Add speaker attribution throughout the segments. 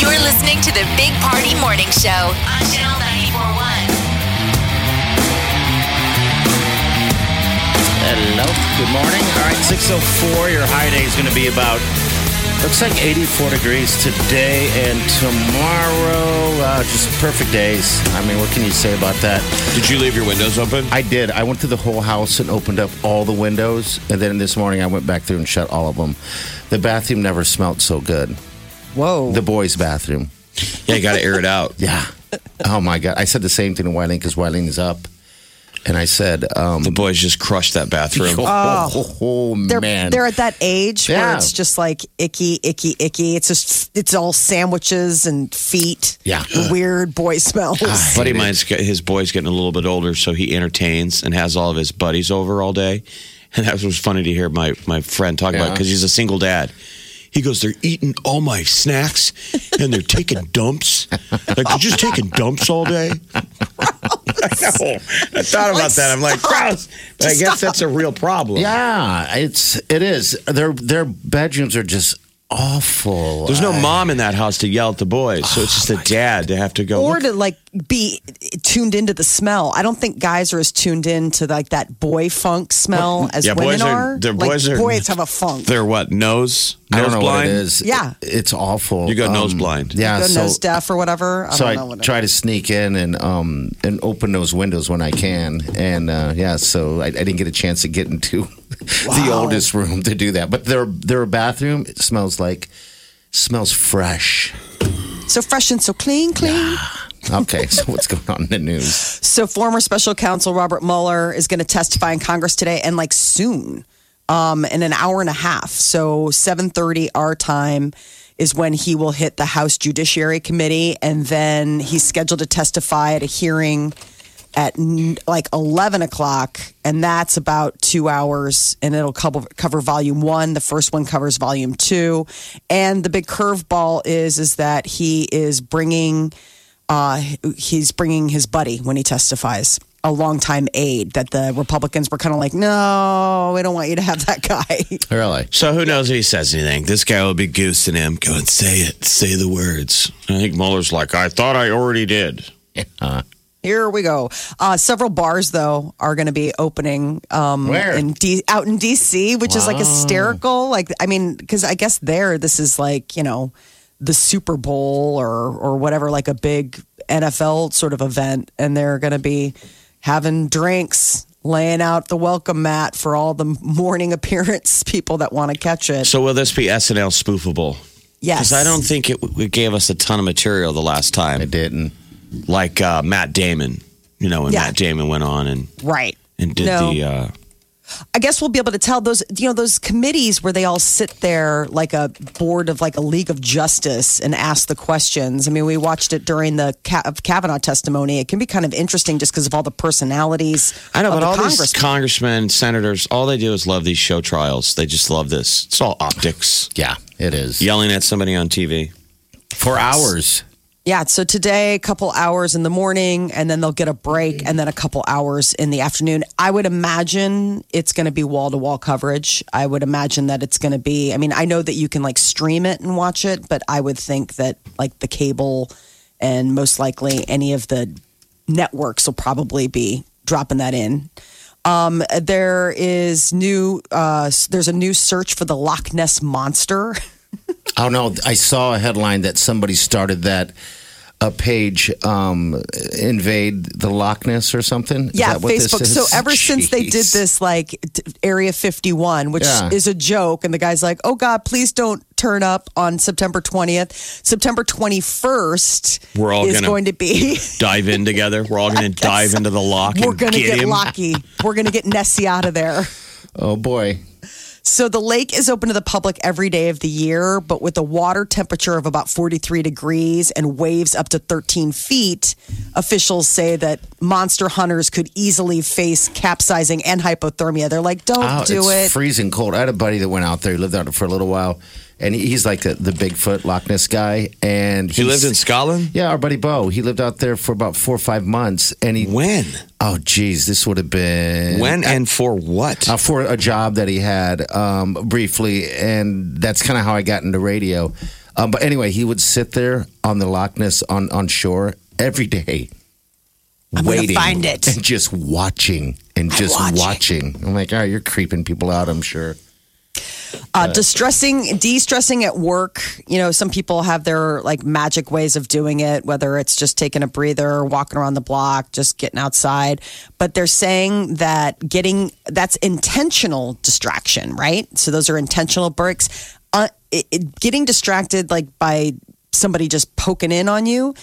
Speaker 1: You're listening to the Big Party Morning Show on Channel 941.
Speaker 2: Hello. Good morning. All right, 604. Your high day is going to be about, looks like 84 degrees today and tomorrow. Uh, just perfect days. I mean, what can you say about that?
Speaker 3: Did you leave your windows open?
Speaker 2: I did. I went through the whole house and opened up all the windows. And then this morning, I went back through and shut all of them. The bathroom never smelled so good.
Speaker 4: Whoa.
Speaker 2: The boys' bathroom.
Speaker 3: Yeah, you got to air it out.
Speaker 2: Yeah. Oh, my God. I said the same thing to Wiley because Wiley is up. And I said, um,
Speaker 3: The boys just crushed that bathroom.
Speaker 2: oh,
Speaker 4: they're,
Speaker 2: man.
Speaker 4: they're at that age
Speaker 2: Yeah.
Speaker 4: where it's just like icky, icky, icky. It's just it's all sandwiches and feet.
Speaker 2: Yeah.
Speaker 4: weird boy smells.
Speaker 3: A buddy of mine's got- his boy's getting a little bit older, so he entertains and has all of his buddies over all day. And that was funny to hear my, my friend talk about
Speaker 2: Yeah.
Speaker 3: because he's a single dad. He goes, They're eating all my snacks and they're taking dumps. Like they're just taking dumps all day. I know. I thought about
Speaker 4: Like,
Speaker 3: that. I'm like, gross. But I guess that's a real problem.
Speaker 2: Yeah, it's it is. Their their bedrooms are just awful.
Speaker 3: There's no mom in that house to yell at the boys, so it's just the dad to have to go.
Speaker 4: or
Speaker 3: "Look,
Speaker 4: to like be tuned into the smell. I don't think guys are as tuned in to like that boy funk smell as
Speaker 3: Yeah,
Speaker 4: women
Speaker 3: boys are-
Speaker 4: are.
Speaker 3: they're-
Speaker 4: Like,
Speaker 3: boys are-
Speaker 4: have a funk.
Speaker 3: They're what nose?
Speaker 2: I
Speaker 3: nose
Speaker 2: don't know
Speaker 3: blind?
Speaker 2: what it is.
Speaker 4: Yeah.
Speaker 2: It- it's awful. Um,
Speaker 3: You go nose blind.
Speaker 2: Yeah,
Speaker 4: They're
Speaker 2: uh, so
Speaker 4: nose deaf or whatever. I
Speaker 2: so
Speaker 4: don't
Speaker 2: I
Speaker 4: know what it-
Speaker 2: try to sneak in and um and open those windows when I can, and uh, yeah, so I, I didn't get a chance to get into the oldest room to do that. But their their bathroom it smells like smells fresh.
Speaker 4: so fresh and so clean, clean.
Speaker 2: Okay, so what's going on in the news?
Speaker 4: So, former special counsel Robert Mueller is going to testify in Congress today, and like soon, um, in an hour and a half. So, seven thirty our time is when he will hit the House Judiciary Committee, and then he's scheduled to testify at a hearing at n- like eleven o'clock, and that's about two hours, and it'll cover cover volume one. The first one covers volume two, and the big curveball is is that he is bringing uh, he's bringing his buddy when he testifies, a longtime aide that the Republicans were kind of like, no, we don't want you to have that guy.
Speaker 2: Really?
Speaker 3: So who knows if he says anything? This guy will be goosing him. Go and say it. Say the words. I think Mueller's like, I thought I already did.
Speaker 4: Here we go. Uh, several bars, though, are going to be opening um,
Speaker 2: Where?
Speaker 4: in D- out in D.C., which is like hysterical. Like, I mean, because I guess there, this is like you know the Super Bowl or or whatever, like a big NFL sort of event, and they're going to be having drinks, laying out the welcome mat for all the morning appearance people that want to catch it.
Speaker 3: So will this be SNL spoofable?
Speaker 4: yes,
Speaker 3: Because I don't think it, it gave us a ton of material the last
Speaker 2: I
Speaker 3: time.
Speaker 2: didn't.
Speaker 3: Like uh, Matt Damon, you know, when
Speaker 4: Yeah.
Speaker 3: Matt Damon went on and,
Speaker 4: right.
Speaker 3: and did
Speaker 4: No.
Speaker 3: the. Uh,
Speaker 4: I guess we'll be able to tell those, you know, those committees where they all sit there like a board of like a League of Justice and ask the questions. I mean, we watched it during the Ka- of Kavanaugh testimony. It can be kind of interesting just because of all the personalities.
Speaker 3: I know,
Speaker 4: of
Speaker 3: but
Speaker 4: Oh, the
Speaker 3: all these
Speaker 4: Congress.
Speaker 3: congressmen, senators, all they do is love these show trials. They just love this. It's all optics.
Speaker 2: Yeah, it is.
Speaker 3: Yelling at somebody on TV.
Speaker 2: For hours.
Speaker 4: yeah. So today, a couple hours in the morning, and then they'll get a break, and then a couple hours in the afternoon. I would imagine it's going to be wall to wall coverage. I would imagine that it's going to be. I mean, I know that you can like stream it and watch it, but I would think that like the cable. and most likely any of the networks will probably be dropping that in. Um, there is new. Uh, s- there's a new search for the Loch Ness monster.
Speaker 2: Oh no! I saw a headline that somebody started that a page um, invade the Loch Ness or something. Is
Speaker 4: Yeah,
Speaker 2: that what this
Speaker 4: Facebook.
Speaker 2: is?
Speaker 4: So ever since they did
Speaker 2: Jeez.
Speaker 4: this, like t- Area 51, which
Speaker 2: Yeah.
Speaker 4: is a joke, and the guy's like, "Oh God, please don't turn up on September 20th. September 21st
Speaker 3: We're all
Speaker 4: is
Speaker 3: gonna-
Speaker 4: going to be."
Speaker 3: Dive in together. We're all going to dive into the lock
Speaker 4: We're
Speaker 3: and
Speaker 4: gonna
Speaker 3: get,
Speaker 4: get
Speaker 3: him.
Speaker 4: Lockie. We're gonna get Nessie out of there.
Speaker 2: oh boy,
Speaker 4: So the lake is open to the public every day of the year, but with a water temperature of about 43 degrees and waves up to 13 feet, officials say that monster hunters could easily face capsizing and hypothermia. They're like, don't
Speaker 2: Oh,
Speaker 4: do
Speaker 2: it's
Speaker 4: it.
Speaker 2: freezing cold. I had a buddy that went out there, lived out for a little while, and he- he's like the, the Bigfoot Loch Ness guy. And
Speaker 3: He lived in
Speaker 2: he's-
Speaker 3: Scotland?
Speaker 2: Yeah, our buddy Bo. He lived out there for about four or five months, and he.
Speaker 3: When?
Speaker 2: Oh, geez, this would have been
Speaker 3: When and for what?
Speaker 2: uh, for a job that he had um, briefly, and that's kind of how I got into radio. Um, but anyway, he would sit there on the Loch Ness on, on shore every day,
Speaker 4: I'm gonna
Speaker 2: waiting,
Speaker 4: find it.
Speaker 2: and just watching and just watching. I'm like, all right, you're creeping people out. I'm sure.
Speaker 4: Uh, distressing, de-stressing at work. You know, some people have their like magic ways of doing it, whether it's just taking a breather, walking around the block, just getting outside. But they're saying that getting that's intentional distraction, right? So those are intentional breaks. Uh, it, it, getting distracted like by somebody just poking in on you.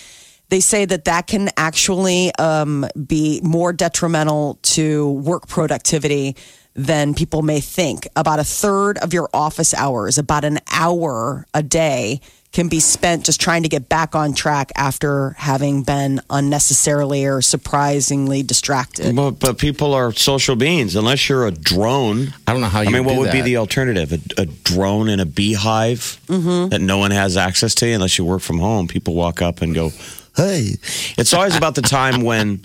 Speaker 4: They say that that can actually um, be more detrimental to work productivity than people may think. About a third of your office hours, about an hour a day, can be spent just trying to get back on track after having been unnecessarily or surprisingly distracted.
Speaker 3: But, but people are social beings. Unless you're a drone,
Speaker 2: I don't know how you.
Speaker 3: I mean, what
Speaker 2: do
Speaker 3: would be
Speaker 2: that.
Speaker 3: the alternative? A, a drone in a beehive that no one has access to, unless you work from home. People walk up and go, "Hey!" It's always about the time when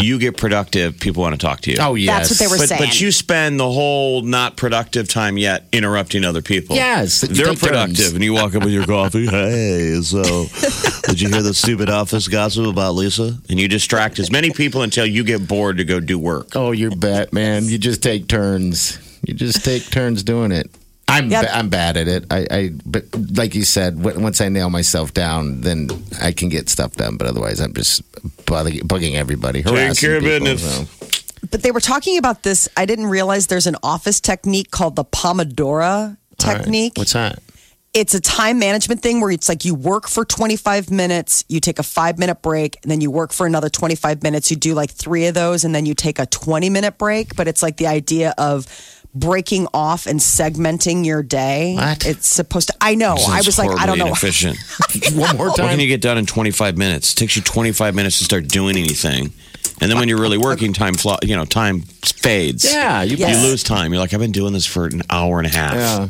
Speaker 3: you get productive. People want to talk to you.
Speaker 2: Oh yes,
Speaker 4: That's what they were
Speaker 3: but
Speaker 4: saying.
Speaker 3: but you spend the whole not productive time yet interrupting other people.
Speaker 2: Yes, you
Speaker 3: they're
Speaker 2: take turns.
Speaker 3: productive, and you walk up with your coffee. Hey, so did you hear the stupid office gossip about Lisa? And you distract as many people until you get bored to go do work.
Speaker 2: Oh, you're Batman. You just take turns. You just take turns doing it. I'm
Speaker 4: Yeah.
Speaker 2: ba- I'm bad at it. I, I but like you said, w- once I nail myself down, then I can get stuff done. But otherwise, I'm just bugging, bugging everybody. harassing
Speaker 3: care of
Speaker 2: people,
Speaker 3: business.
Speaker 2: so.
Speaker 4: But they were talking about this. I didn't realize there's an office technique called the Pomodoro
Speaker 2: All right.
Speaker 4: technique.
Speaker 2: What's that?
Speaker 4: it's a time management thing where it's like you work for 25 minutes, you take a five minute break, and then you work for another 25 minutes. You do like three of those, and then you take a 20 minute break. But it's like the idea of breaking off and segmenting your day.
Speaker 2: What?
Speaker 4: It's supposed to, I know. Oh, I was like, I don't know.
Speaker 3: Inefficient.
Speaker 2: One more
Speaker 3: What
Speaker 2: time.
Speaker 3: can you get done in 25 minutes? It takes you 25 minutes to start doing anything. And then when you're really working, time flo- you know, time fades.
Speaker 2: yeah, you.
Speaker 4: Yes.
Speaker 3: You lose time. You're like, I've been doing this for an hour and a half.
Speaker 2: Yeah.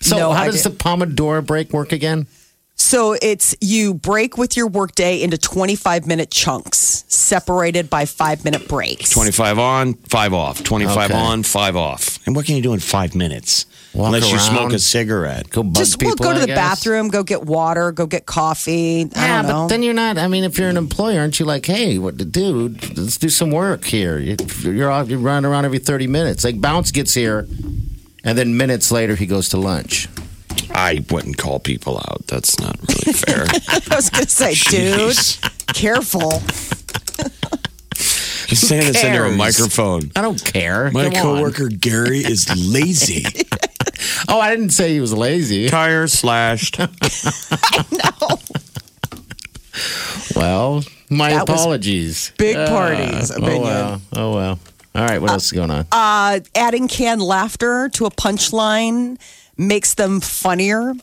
Speaker 2: So
Speaker 4: No,
Speaker 2: how
Speaker 4: I
Speaker 2: does the Pomodoro break work again?
Speaker 4: So it's you break with your workday into 25 minute chunks separated by five minute breaks.
Speaker 3: 25 on, five off. 25
Speaker 2: Okay.
Speaker 3: on, five off. And what can you do in five minutes?
Speaker 2: Walk
Speaker 3: Unless you
Speaker 2: around.
Speaker 3: smoke a cigarette.
Speaker 2: Go bug
Speaker 4: Just we'll
Speaker 2: people,
Speaker 4: go to
Speaker 2: I
Speaker 4: the
Speaker 2: guess?
Speaker 4: bathroom, go get water, go get coffee. I
Speaker 2: Yeah,
Speaker 4: don't know.
Speaker 2: but then you're not. I mean, if you're an employer, aren't you like, hey, what, dude, let's do some work here. You- You're out, you're running around every 30 minutes. Like bounce gets here, and then minutes later he goes to lunch.
Speaker 3: I wouldn't call people out. That's not really fair.
Speaker 4: I was going to say, dude,
Speaker 3: Jeez.
Speaker 4: careful.
Speaker 3: Just saying this into a
Speaker 2: cares?
Speaker 3: microphone.
Speaker 2: I don't care.
Speaker 3: My
Speaker 2: Come on.
Speaker 3: coworker Gary is lazy.
Speaker 2: Oh, I didn't say he was lazy.
Speaker 3: Tire slashed.
Speaker 2: Well, my
Speaker 4: That was
Speaker 2: apologies.
Speaker 4: Big parties
Speaker 2: oh
Speaker 4: opinion.
Speaker 2: well. Oh well. All right. What else is going on?
Speaker 4: Uh, adding canned laughter to a punchline makes them funnier.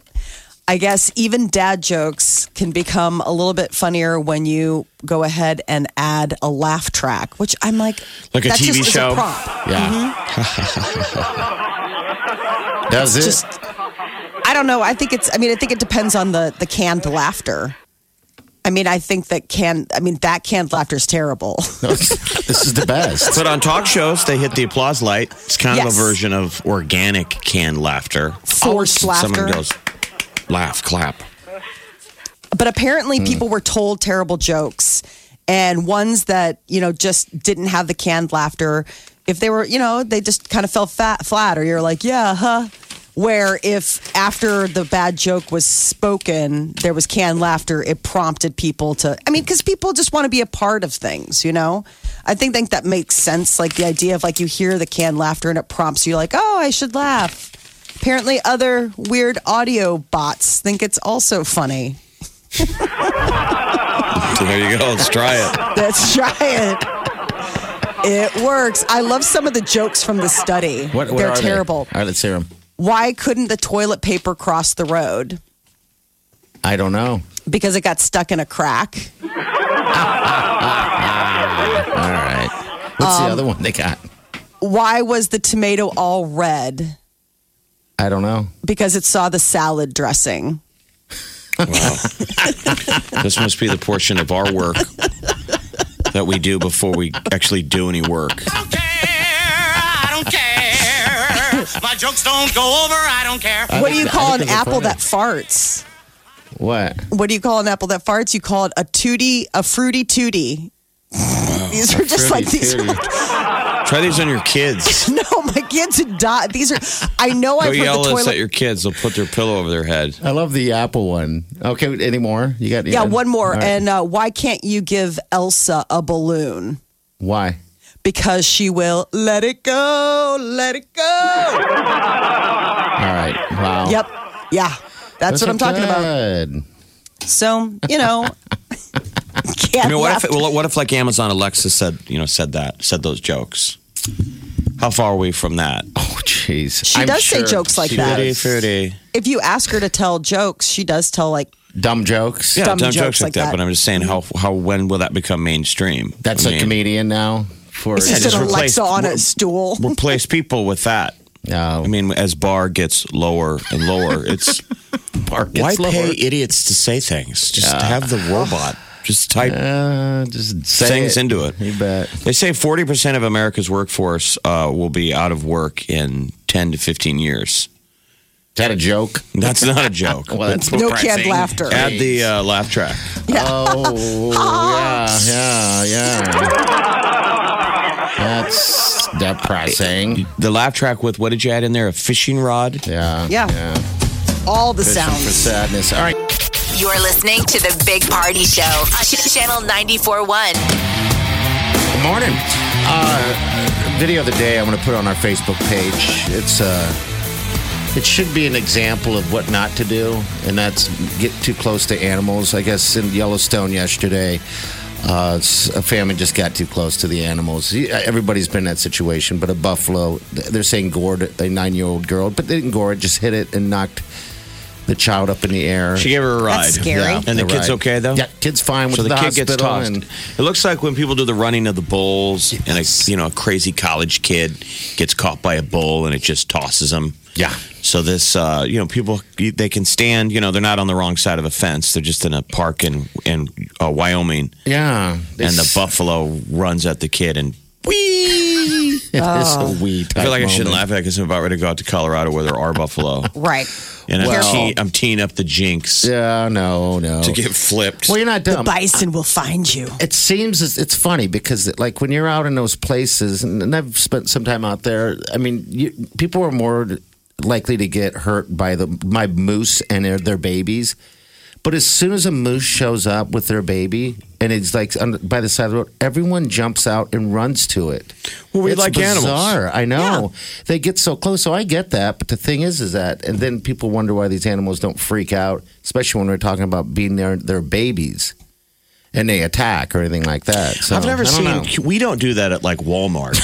Speaker 4: I guess even dad jokes can become a little bit funnier when you go ahead and add a laugh track, which I'm like,
Speaker 3: Like a
Speaker 4: that
Speaker 3: TV
Speaker 4: just
Speaker 3: show?
Speaker 4: Is a prop.
Speaker 2: yeah. Does it?
Speaker 4: mm-hmm. Just, I don't know. I think it's. I mean, I think it depends on the the canned laughter. I mean, I think that can. I mean, that canned laughter is terrible.
Speaker 2: this is the best.
Speaker 3: But on talk shows, they hit the applause light. It's kind of
Speaker 4: Yes.
Speaker 3: a version of organic canned laughter.
Speaker 4: Forced
Speaker 3: Someone
Speaker 4: laughter.
Speaker 3: goes, laugh, clap.
Speaker 4: but apparently people were told terrible jokes and ones that you know just didn't have the canned laughter if they were you know they just kind of fell fat, flat or you're like yeah huh where if after the bad joke was spoken there was canned laughter it prompted people to i mean because people just want to be a part of things you know i think, think that makes sense like the idea of like you hear the canned laughter and it prompts you like oh i should laugh apparently other weird audio bots think it's also funny
Speaker 3: So there you go. Let's try it.
Speaker 4: Let's try it. It works. I love some of the jokes from the study.
Speaker 2: What, what
Speaker 4: They're
Speaker 2: are they?
Speaker 4: terrible.
Speaker 2: All right, let's hear them.
Speaker 4: Why couldn't the toilet paper cross the road?
Speaker 2: I don't know.
Speaker 4: Because it got stuck in a crack.
Speaker 2: All right. What's
Speaker 4: Um,
Speaker 2: the other one they got?
Speaker 4: Why was the tomato all red?
Speaker 2: I don't know.
Speaker 4: Because it saw the salad dressing.
Speaker 3: This must be the portion of our work that we do before we actually do any work.
Speaker 5: don't care. I don't care. My jokes don't go over. I don't care.
Speaker 4: What do you
Speaker 2: I
Speaker 4: call an
Speaker 2: think those are
Speaker 4: apple
Speaker 2: funny.
Speaker 4: that farts?
Speaker 2: What?
Speaker 4: What do you call an apple that farts? You call it a tootie, a fruity tootie. These are just like these are like
Speaker 3: Try these on your kids.
Speaker 4: no, my kids are die. These are I know
Speaker 3: Go
Speaker 4: I've heard
Speaker 3: yell
Speaker 4: the
Speaker 3: this
Speaker 4: toilet.
Speaker 3: at your kids. They'll put their pillow over their head.
Speaker 2: I love the apple one. Okay, any more? You got
Speaker 4: yeah, one more.
Speaker 2: All right.
Speaker 4: And uh, why can't you give Elsa a balloon?
Speaker 2: why?
Speaker 4: Because she will let it go, let it go.
Speaker 2: All right. Wow.
Speaker 4: Yep. Yeah. That's what I'm talking about.
Speaker 2: good.
Speaker 4: So, you know, can't
Speaker 3: I mean, what
Speaker 4: laugh.
Speaker 3: if well, what if like Amazon Alexa said you know said that said those jokes? How far are we from that?
Speaker 2: Oh, jeez.
Speaker 4: She does say jokes like
Speaker 2: she
Speaker 4: that.
Speaker 3: Fruity,
Speaker 2: does.
Speaker 3: fruity.
Speaker 4: if you ask her to tell jokes, she does tell like
Speaker 2: Dumb jokes.
Speaker 3: Yeah,
Speaker 4: Dumb
Speaker 3: dumb,
Speaker 4: jokes
Speaker 3: jokes,
Speaker 4: like
Speaker 3: like that,
Speaker 4: that.
Speaker 3: But I'm just saying, how how when will that become mainstream?
Speaker 2: That's
Speaker 3: I
Speaker 2: a
Speaker 3: mean,
Speaker 2: comedian now. For
Speaker 4: it's just
Speaker 3: just
Speaker 4: an
Speaker 3: replace-
Speaker 4: Alexa on a stool.
Speaker 3: Replace people with that.
Speaker 2: Oh.
Speaker 3: I mean, as bar gets lower and lower, it's
Speaker 2: Park
Speaker 3: why
Speaker 2: gets lower.
Speaker 3: pay idiots to say things? Just have the robot just type
Speaker 2: Uh, just say
Speaker 3: things
Speaker 2: it.
Speaker 3: into it.
Speaker 2: You bet.
Speaker 3: They say 40% of America's workforce uh, will be out of work in 10 to 15 years.
Speaker 2: Is that a joke?
Speaker 3: That's not a joke.
Speaker 2: Well, that's
Speaker 4: No
Speaker 2: depressing.
Speaker 4: canned laughter.
Speaker 3: Add the uh, laugh track.
Speaker 2: Oh, yeah, yeah, yeah. That's depressing.
Speaker 3: The laugh track with what did you add in there? A fishing rod?
Speaker 2: Yeah.
Speaker 4: Yeah. All the sounds.
Speaker 2: Sadness. All right.
Speaker 1: You're listening to the Big Party Show on Ch- Channel 941.
Speaker 2: Good morning. Uh, video of the day I'm going to put on our Facebook page. It's uh, it should be an example of what not to do, and that's get too close to animals. I guess in Yellowstone yesterday, uh, s- a family just got too close to the animals. Y- Everybody's been in that situation, but a buffalo, th- they're saying gored a nine-year-old girl, but they didn't gore it, just hit it and knocked the child up in the air.
Speaker 3: She gave her a ride.
Speaker 4: That's scary.
Speaker 2: Yeah,
Speaker 3: And the
Speaker 2: right.
Speaker 3: kid's okay, though?
Speaker 2: Yeah, kid's fine. Went
Speaker 3: So
Speaker 2: to
Speaker 3: the, kid gets
Speaker 2: hospital
Speaker 3: tossed.
Speaker 2: and-
Speaker 3: it looks like when people do the running of the bulls, and a you know a crazy college kid gets caught by a bull, and it just tosses him.
Speaker 2: Yeah.
Speaker 3: So this, uh, you know, people they can stand. You know, they're not on the wrong side of a fence. They're just in a park in in uh, Wyoming,
Speaker 2: yeah,
Speaker 3: and the buffalo runs at the kid and.
Speaker 2: Wee! It is a wee.
Speaker 3: I feel like I shouldn't
Speaker 2: moment.
Speaker 3: laugh at it because I'm about ready to go out to Colorado where there are buffalo.
Speaker 4: Right.
Speaker 3: And I'm,
Speaker 2: Well-
Speaker 3: tee- I'm teeing up the jinx
Speaker 2: Yeah, no, no.
Speaker 3: to get flipped.
Speaker 2: well, you're not
Speaker 4: The
Speaker 2: dumb.
Speaker 4: bison will find you.
Speaker 2: it seems it's, it's funny because like when you're out in those places, and, and I've spent some time out there. I mean, you, people are more likely to get hurt by the my moose and their, their babies. But as soon as a moose shows up with their baby and it's like on, by the side of the road, everyone jumps out and runs to it.
Speaker 3: Well, we
Speaker 2: It's
Speaker 3: like animals.
Speaker 2: bizarre. I know they get so close. So I get that, but the thing is, is that, and then people wonder why these animals don't freak out, especially when we're talking about being their their babies, and they attack or anything like that. So
Speaker 3: I've never
Speaker 2: I don't
Speaker 3: seen.
Speaker 2: know.
Speaker 3: We don't do that at like Walmart.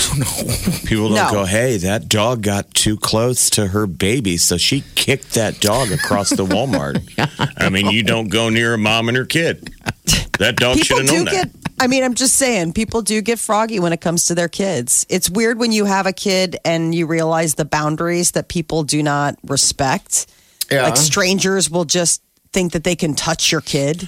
Speaker 3: People don't
Speaker 4: No.
Speaker 3: go, "Hey, that dog got too close to her baby, so she kicked that dog across the Walmart." I mean, you don't go near a mom and her kid. That dog should
Speaker 4: People
Speaker 3: have known
Speaker 4: do
Speaker 3: that.
Speaker 4: get. I mean, I'm just saying, people do get froggy when it comes to their kids. It's weird when you have a kid and you realize the boundaries that people do not respect.
Speaker 2: Yeah.
Speaker 4: Like strangers will just think that they can touch your kid.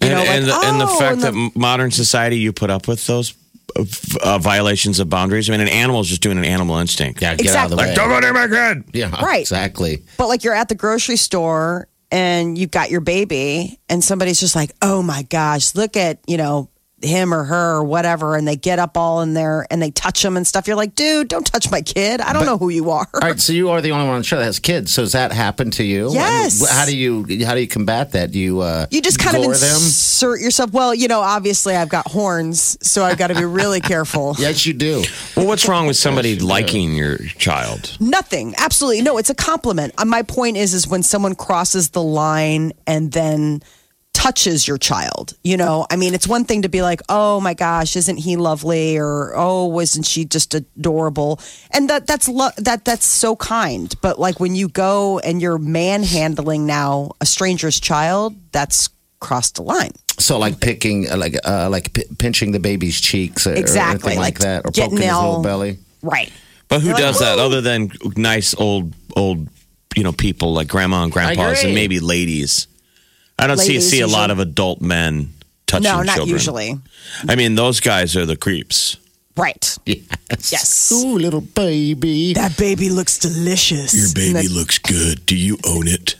Speaker 4: You
Speaker 3: and,
Speaker 4: know, like,
Speaker 3: and the, and the
Speaker 4: "Oh,"
Speaker 3: fact
Speaker 4: and
Speaker 3: that m- modern society you put up with those uh, uh, violations of boundaries. I mean, an animal's just doing an animal instinct.
Speaker 2: yeah, get out of the
Speaker 4: Exactly.
Speaker 2: way.
Speaker 3: Like, don't go near my kid.
Speaker 2: yeah,
Speaker 4: Right.
Speaker 2: exactly.
Speaker 4: But like you're at the grocery store and you've got your baby and somebody's just like, "Oh my gosh, look at, you know, him or her or whatever." And they get up all in there and they touch him and stuff. You're like, "Dude, don't touch my kid. I don't know who you are."
Speaker 2: All right, so you are the only one on the show that has kids. So has that happened to you?
Speaker 4: Yes.
Speaker 2: And wh- how do you how do you combat that? Do you uh,
Speaker 4: You just kind of
Speaker 2: gore them?
Speaker 4: insert yourself. Well, you know, obviously I've got horns, so I've got to be really careful.
Speaker 2: Yes, you do.
Speaker 3: Well, what's wrong with somebody liking your child?
Speaker 4: Nothing. Absolutely. No, it's a compliment. Uh, My point is is when someone crosses the line and then touches your child. You know, I mean, it's one thing to be like, "Oh my gosh, isn't he lovely?" or "Oh, wasn't she just adorable?" And that that's lo- that that's so kind. But like when you go and you're manhandling now a stranger's child, that's crossed the line.
Speaker 2: So like picking, uh, like uh, like p- pinching the baby's cheeks, or,
Speaker 4: Exactly,
Speaker 2: or anything like,
Speaker 4: like
Speaker 2: that, or
Speaker 4: getting
Speaker 2: poking his
Speaker 4: all-
Speaker 2: little belly.
Speaker 4: Right.
Speaker 3: But who does that other than nice old old you know people like grandma and grandpas and
Speaker 2: agree.
Speaker 3: maybe ladies? I don't
Speaker 4: Ladies
Speaker 3: see see a lot
Speaker 4: usually.
Speaker 3: of adult men touching
Speaker 4: No, not
Speaker 3: children.
Speaker 4: usually.
Speaker 3: I mean, those guys are the creeps.
Speaker 4: Right.
Speaker 2: Yes.
Speaker 4: Yes.
Speaker 2: Ooh, little baby.
Speaker 4: That baby looks delicious.
Speaker 3: looks good. Do you own it?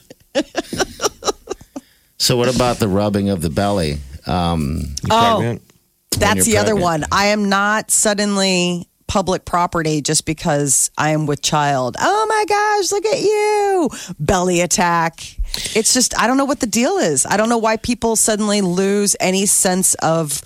Speaker 2: So what about the rubbing of the belly? Um,
Speaker 4: Oh. That's the
Speaker 2: you're
Speaker 4: other one.
Speaker 2: pregnant.
Speaker 4: I am not suddenly public property just because I am with child. Oh my gosh, look at you. Belly attack. It's just, I don't know what the deal is. I don't know why people suddenly lose any sense of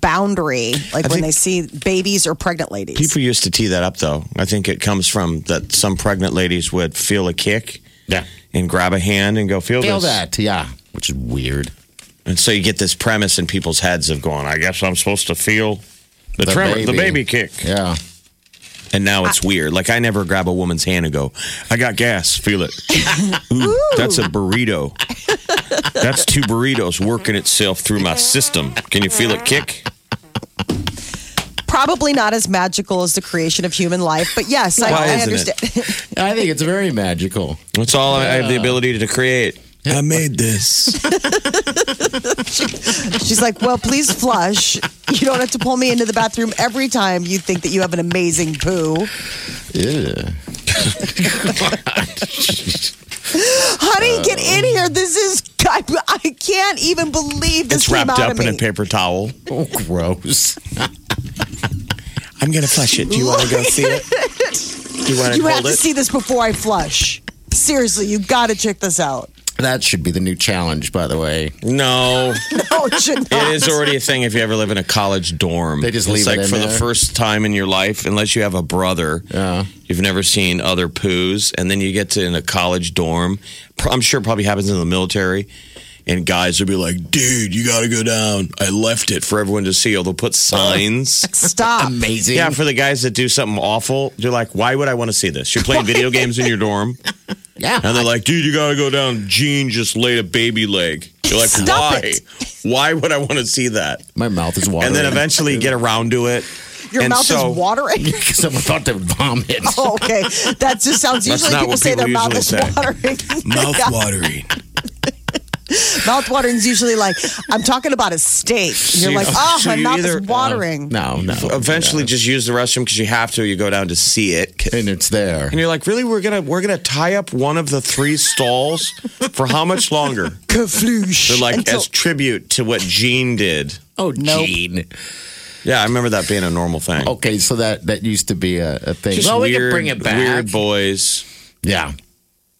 Speaker 4: boundary, like
Speaker 3: I
Speaker 4: when
Speaker 3: think-
Speaker 4: they see babies or pregnant ladies.
Speaker 3: People used to tee that up, though. I think it comes from that some pregnant ladies would feel a kick
Speaker 2: yeah.
Speaker 3: and grab a hand and go feel,
Speaker 2: Feel
Speaker 3: this.
Speaker 2: that, yeah. Which is weird.
Speaker 3: And so you get this premise in people's heads of going, I guess I'm supposed to feel the,
Speaker 2: The
Speaker 3: tremor, the
Speaker 2: baby.
Speaker 3: baby kick.
Speaker 2: Yeah.
Speaker 3: And now it's weird. Like I never grab a woman's hand and go, I got gas, feel it. Ooh, that's a burrito. That's two burritos working itself through my system. Can you feel it kick?
Speaker 4: Probably not as magical as the creation of human life, but yes, I,
Speaker 3: Why
Speaker 4: I
Speaker 3: isn't
Speaker 4: understand.
Speaker 3: it?
Speaker 2: I think it's very magical.
Speaker 3: That's all I I have the ability to create. I made this.
Speaker 4: She's like, well, please flush. You don't have to pull me into the bathroom every time you think that you have an amazing poo.
Speaker 2: Yeah.
Speaker 4: Honey, get
Speaker 3: Oh.
Speaker 4: in here. This is, I, I can't even believe this
Speaker 3: It's
Speaker 4: came
Speaker 3: wrapped up
Speaker 4: out of
Speaker 3: in
Speaker 4: me.
Speaker 3: a paper towel.
Speaker 2: Oh, gross.
Speaker 3: I'm gonna flush it. Do you want to go see it? Do you want to
Speaker 4: You have
Speaker 3: hold
Speaker 4: to
Speaker 3: it?
Speaker 4: see this before I flush. Seriously, you got to check this out.
Speaker 2: That should be the new challenge, by the way.
Speaker 3: no.
Speaker 4: Oh, it should not.
Speaker 3: It is already a thing if you ever live in a college dorm.
Speaker 2: They just leave
Speaker 3: it's
Speaker 2: it
Speaker 3: like
Speaker 2: in
Speaker 3: for the
Speaker 2: there.
Speaker 3: first time in your life, unless you have a brother,
Speaker 2: Yeah.
Speaker 3: you've never seen other poos, and then you get to in a college dorm. Pro- I'm sure it probably happens in the military. And guys would be like, dude, you gotta go down. I left it for everyone to see. Or they'll put signs.
Speaker 4: Stop.
Speaker 2: Amazing.
Speaker 3: yeah, for the guys that do something awful, you're like, why would I want to see this? You're playing video games in your dorm,
Speaker 2: yeah.
Speaker 3: and they're like, dude, you gotta go down. Gene just laid a baby leg. You're like,
Speaker 4: Stop
Speaker 3: why?
Speaker 4: it.
Speaker 3: Why would I want to see that?
Speaker 2: My mouth is watering.
Speaker 3: and then eventually you get around to it.
Speaker 4: Your
Speaker 3: and
Speaker 4: mouth
Speaker 3: so-
Speaker 4: is watering.
Speaker 2: someone thought they would vomit.
Speaker 4: Oh, okay. That just sounds
Speaker 3: That's
Speaker 4: usually
Speaker 3: not
Speaker 4: people
Speaker 3: what
Speaker 4: say their
Speaker 3: people
Speaker 4: mouth is
Speaker 3: usually say.
Speaker 4: watering.
Speaker 3: Mouth watering.
Speaker 4: mouth watering is usually like, I'm talking about a steak. And you're
Speaker 3: So you-
Speaker 4: like, oh,
Speaker 3: so
Speaker 4: my
Speaker 3: you
Speaker 4: mouth
Speaker 3: either- um,
Speaker 4: is watering.
Speaker 2: No, no.
Speaker 3: Eventually, just use the restroom because you have to. You go down to see it,
Speaker 2: And it's there.
Speaker 3: and you're like, really? We're gonna we're gonna tie up one of the three stalls for how much longer?
Speaker 4: Kafloosh.
Speaker 3: They're like
Speaker 4: Until-
Speaker 3: as tribute to what Gene did.
Speaker 2: Oh,
Speaker 4: Nope.
Speaker 2: Gene.
Speaker 3: Yeah, I remember that being a normal thing.
Speaker 2: Okay, so that that used to be a, a thing.
Speaker 3: Just
Speaker 2: Oh, well, we
Speaker 3: weird,
Speaker 2: can bring it back.
Speaker 3: Weird boys.
Speaker 2: Yeah.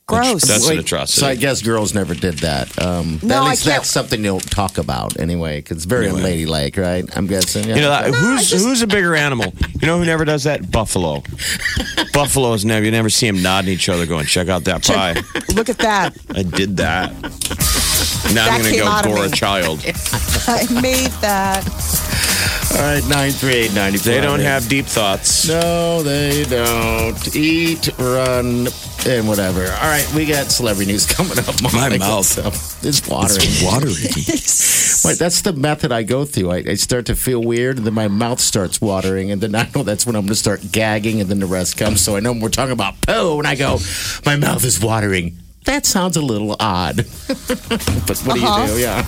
Speaker 4: gross.
Speaker 3: That's an
Speaker 2: Wait,
Speaker 3: atrocity.
Speaker 2: So I guess girls never did that. Um,
Speaker 4: No,
Speaker 2: at
Speaker 4: I
Speaker 2: least
Speaker 4: can't-
Speaker 2: that's something they'll talk about anyway, because it's very
Speaker 3: Anyway.
Speaker 2: unladylike, right? I'm guessing. Yeah.
Speaker 3: You know, that, who's
Speaker 4: I just-
Speaker 3: who's a bigger animal? You know who never does that? Buffalo. Buffaloes never. You never see them nodding each other, going, "Check out that pie."
Speaker 4: Look at that.
Speaker 3: I did that. Now
Speaker 4: That
Speaker 3: I'm
Speaker 4: came
Speaker 3: going
Speaker 4: out
Speaker 3: to
Speaker 4: of
Speaker 3: go gore a
Speaker 4: me.
Speaker 3: child.
Speaker 4: I made that.
Speaker 2: All right, 938
Speaker 3: They don't have deep thoughts.
Speaker 2: No, they don't. Eat, run, and whatever. All right, we got celebrity news coming up.
Speaker 3: My
Speaker 2: Monica,
Speaker 3: mouth.
Speaker 2: so It's watering.
Speaker 3: watery.
Speaker 2: Wait, that's the method I go through. I, I start to feel weird, and then my mouth starts watering, and then I know that's when I'm going to start gagging, and then the rest comes. So I know we're talking about poo, and I go, my mouth is watering. That sounds a little odd. but what do you do? Yeah.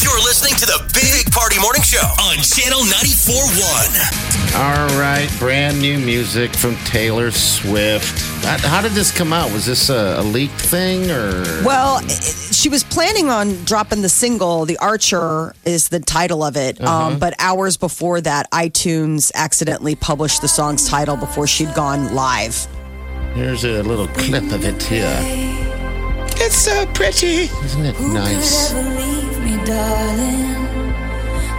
Speaker 6: You're listening to the Big Party Morning Show on Channel 94.1.
Speaker 2: All right, brand new music from Taylor Swift. How, how did this come out? Was this a, a leaked thing or?
Speaker 4: Well, i- i- she was planning on dropping the single. The Archer is the title of it. Um, but hours before that, iTunes accidentally published the song's title before she'd gone live.
Speaker 2: Here's a little clip of it here.
Speaker 3: it's so pretty.
Speaker 2: Isn't it nice?
Speaker 7: Who could ever leave me, darling?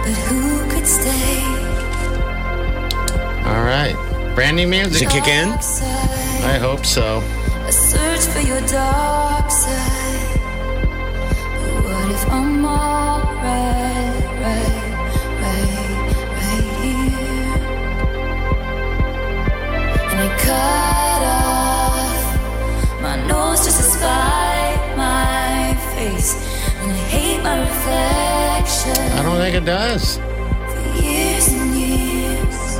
Speaker 7: But who could stay
Speaker 2: All right, brand new
Speaker 3: Does
Speaker 2: music.
Speaker 3: it kick in?
Speaker 7: outside?
Speaker 2: I hope so.
Speaker 7: I search for your dark side. But what if I'm all face, and I hate my reflection.
Speaker 2: I don't think it does.
Speaker 7: Years and years,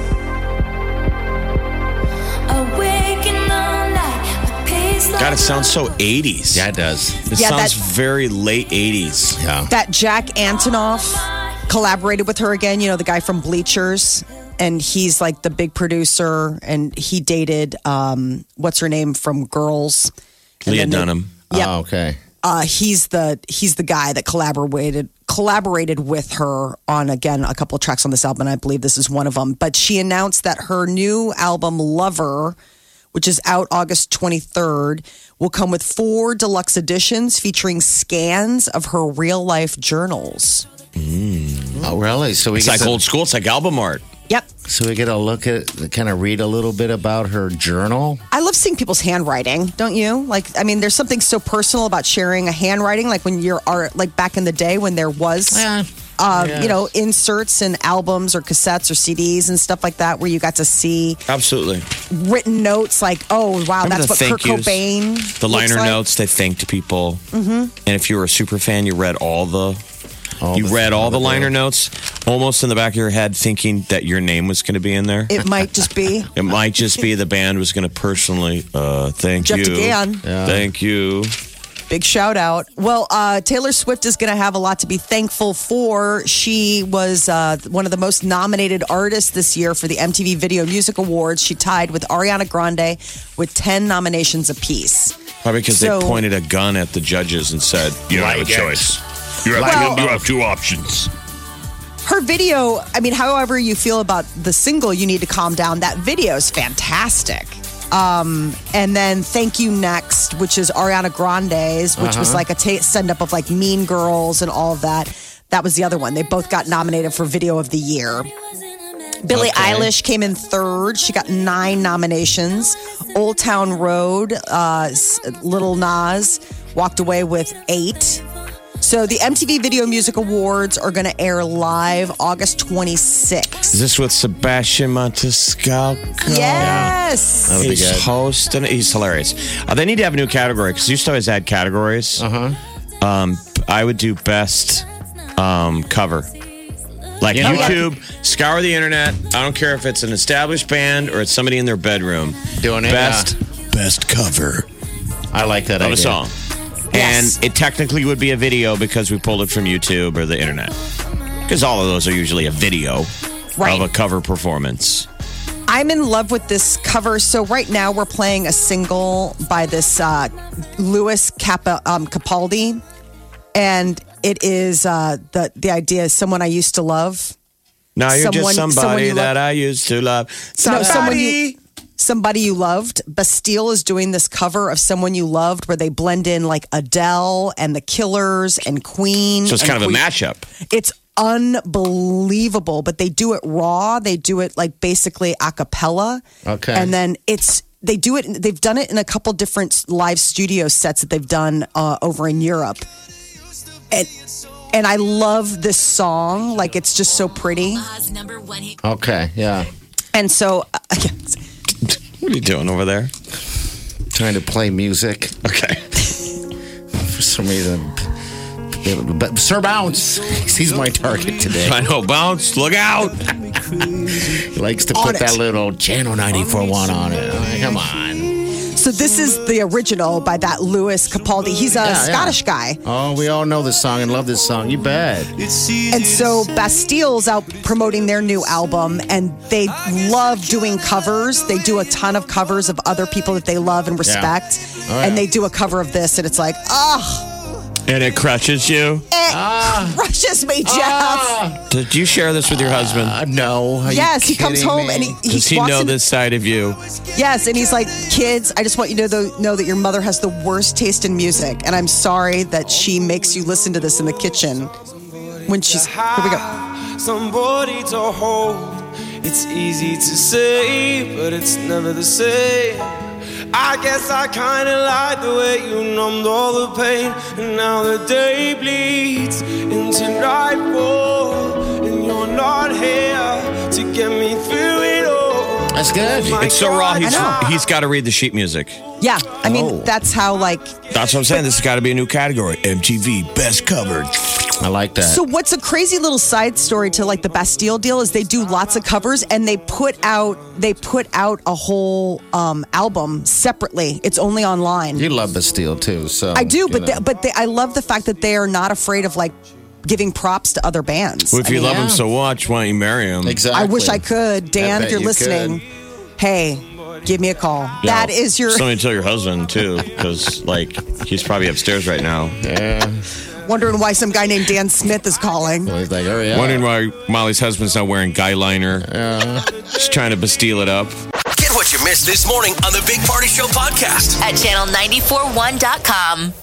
Speaker 7: awaking all night. My pace
Speaker 3: God,
Speaker 7: like
Speaker 3: it sounds so
Speaker 7: a-
Speaker 3: 80s.
Speaker 2: Yeah, it does.
Speaker 3: It
Speaker 4: Yeah,
Speaker 3: sounds
Speaker 4: that-
Speaker 3: very late 80s.
Speaker 2: Yeah.
Speaker 4: that Jack Antonoff collaborated with her again, you know, the guy from Bleachers. And he's like the big producer, and he dated um, what's her name from Girls, And
Speaker 3: Leah
Speaker 4: then they-
Speaker 3: Dunham.
Speaker 4: Yep.
Speaker 2: Oh, okay.
Speaker 4: Uh, he's the he's the guy that collaborated collaborated with her on again a couple of tracks on this album. and I believe this is one of them. But she announced that her new album Lover, which is out August 23rd, will come with four deluxe editions featuring scans of her real life journals.
Speaker 2: Oh, really? So we
Speaker 3: It's
Speaker 2: get
Speaker 3: like
Speaker 2: to-
Speaker 3: old school. It's like album art.
Speaker 4: Yep.
Speaker 2: So we get a look at, kind of read a little bit about her journal.
Speaker 4: I love seeing people's handwriting, don't you? Like, I mean, there's something so personal about sharing a handwriting. Like when you're art, like back in the day when there was,
Speaker 2: Yeah.
Speaker 4: um,
Speaker 2: Yeah.
Speaker 4: you know, inserts and albums or cassettes or CDs and stuff like that, where you got to see
Speaker 3: Absolutely.
Speaker 4: written notes. Like, oh wow,
Speaker 3: Remember
Speaker 4: that's
Speaker 3: the
Speaker 4: what Kurt
Speaker 3: thank yous?
Speaker 4: Cobain.
Speaker 3: The
Speaker 4: looks
Speaker 3: liner
Speaker 4: like? Mm-hmm.
Speaker 3: notes, they thanked people. And if you were a super fan, you read all the.
Speaker 2: All
Speaker 3: you
Speaker 2: the-
Speaker 3: read all the liner notes almost in the back of your head, thinking that your name was going to be in there. It,
Speaker 4: It might just be.
Speaker 3: might just be the band was going to personally uh, thank
Speaker 4: Jeff
Speaker 3: you.
Speaker 4: DeGan.
Speaker 3: Thank you.
Speaker 4: Big shout out. Well, uh, Taylor Swift is going to have a lot to be thankful for. She was uh, one of the most nominated artists this year for the MTV Video Music Awards. She tied with Ariana Grande with 10 nominations apiece.
Speaker 3: Probably because
Speaker 4: So-
Speaker 3: they pointed a gun at the judges and said, "You don't have a choice. You have,
Speaker 4: Well-
Speaker 3: two, you have two options."
Speaker 4: Her video, I mean, however you feel about the single, you need to calm down. That video is fantastic. Um, and then Thank You Next, which is Ariana Grande's, which was like a ta send up of like Mean Girls and all of that. That was the other one. They both got nominated for Video of the Year. Billie Eilish came in third. She got nine nominations. Old Town Road, uh, s- Little Nas walked away with eight. So the MTV Video Music Awards are going to air live August 26th.
Speaker 3: Is this with Sebastian Maniscalco?
Speaker 4: Yes.
Speaker 2: That'll be
Speaker 3: He's
Speaker 2: good.
Speaker 3: hosting. He's hilarious. Uh, they need to have a new category because used to always add categories. Uh
Speaker 2: Uh-huh.
Speaker 3: huh. Um, I would do best um, cover, like
Speaker 2: You know what?
Speaker 3: YouTube. Scour the internet. I don't care if it's an established band or it's somebody in their bedroom.
Speaker 2: Doing it,
Speaker 3: Best best cover
Speaker 2: I like that
Speaker 3: of
Speaker 2: idea.
Speaker 3: a song.
Speaker 4: Yes.
Speaker 3: And it technically would be a video because we pulled it from YouTube or the internet. Because all of those are usually a video
Speaker 4: Right.
Speaker 3: of a cover performance.
Speaker 4: I'm in love with this cover. So right now we're playing a single by this uh, Louis Capa, um, Capaldi, and it is uh, the the idea is someone I used to love,
Speaker 3: Now you're
Speaker 4: Someone-
Speaker 3: just
Speaker 4: someone
Speaker 3: somebody
Speaker 4: you
Speaker 3: that
Speaker 4: love-
Speaker 3: I used to love.
Speaker 4: No,
Speaker 3: Somebody.
Speaker 4: someone you- somebody you loved. Bastille is doing this cover of someone you loved, where they blend in like Adele and the Killers and Queen.
Speaker 3: so it's
Speaker 4: and
Speaker 3: kind of a
Speaker 4: Queen-
Speaker 3: mashup.
Speaker 4: It's unbelievable, but they do it raw. They do it like basically a cappella.
Speaker 2: Okay.
Speaker 4: And then it's they do it. They've done it in a couple different live studio sets that they've done uh, over in Europe. And and I love this song. Like it's just so pretty.
Speaker 1: Oz number one hit.
Speaker 2: Okay, yeah.
Speaker 4: And so uh,
Speaker 3: What are you doing over there?
Speaker 2: Trying to play music
Speaker 3: Okay.
Speaker 2: for some reason. But Sir Bounce, he's my target today.
Speaker 3: I know. Bounce. Look out.
Speaker 2: He likes to
Speaker 4: On
Speaker 2: put
Speaker 4: it.
Speaker 2: that little Channel 941 on it. Like, Come on.
Speaker 4: so this is the original by that Louis Capaldi. He's a
Speaker 2: Yeah, yeah.
Speaker 4: Scottish guy.
Speaker 2: Oh, we all know this song and love this song. You bet.
Speaker 4: And so Bastille's out promoting their new album, and they love doing covers. They do a ton of covers of other people that they love and respect.
Speaker 2: Oh, yeah.
Speaker 4: And they do a cover of this, and it's like, ah,
Speaker 3: And it crushes you.
Speaker 4: it
Speaker 2: Ah.
Speaker 4: crushes me, Jeff.
Speaker 3: Did you share this with your husband?
Speaker 2: Uh, no. Are you
Speaker 4: yes, he comes
Speaker 2: kidding
Speaker 4: home
Speaker 2: me?
Speaker 4: and he, he
Speaker 3: Does he
Speaker 4: walks
Speaker 3: know
Speaker 4: in-
Speaker 3: this side of you?
Speaker 4: Yes, and he's like, kids, I just want you to know, know that your mother has the worst taste in music, and I'm sorry that she makes you listen to this in the kitchen when she's. Here we go.
Speaker 8: Somebody to hold. It's easy to say, but it's never the same. I guess I kinda like the way you numbed all the pain. And now the day bleeds into nightfall. And you're not here to get me through it all.
Speaker 2: I That's good.
Speaker 3: It's so raw. He's,
Speaker 4: I know.
Speaker 3: he's got to read the sheet music.
Speaker 4: Yeah, I mean
Speaker 2: Oh.
Speaker 4: that's how like.
Speaker 3: That's what I'm saying. This has got to be a new category. MTV Best Covered.
Speaker 2: I like that.
Speaker 4: So what's a crazy little side story to like the Bastille deal is they do lots of covers and they put out they put out a whole um, album separately. It's only online.
Speaker 2: you love Bastille too, so
Speaker 4: I do,
Speaker 2: you
Speaker 4: but
Speaker 2: know.
Speaker 4: they, but they, I love the fact that they are not afraid of like giving props to other bands.
Speaker 3: Well, if you
Speaker 2: mean,
Speaker 3: love him
Speaker 2: yeah.
Speaker 3: so much, why don't you marry him?
Speaker 2: exactly.
Speaker 4: I wish I could, Dan.
Speaker 2: bet
Speaker 4: if you're
Speaker 2: you
Speaker 4: listening, hey, give me a call. That is your
Speaker 3: Something to tell your husband too, because like he's probably upstairs right now,
Speaker 2: Yeah.
Speaker 4: wondering why some guy named Dan Smith is calling.
Speaker 2: Well, he's like, "Oh, hurry up.
Speaker 3: wondering why Molly's husband's not wearing guy liner. She's trying to bastille it up.
Speaker 6: Get what you missed this morning on the Big Party Show podcast.
Speaker 1: at channel941.com.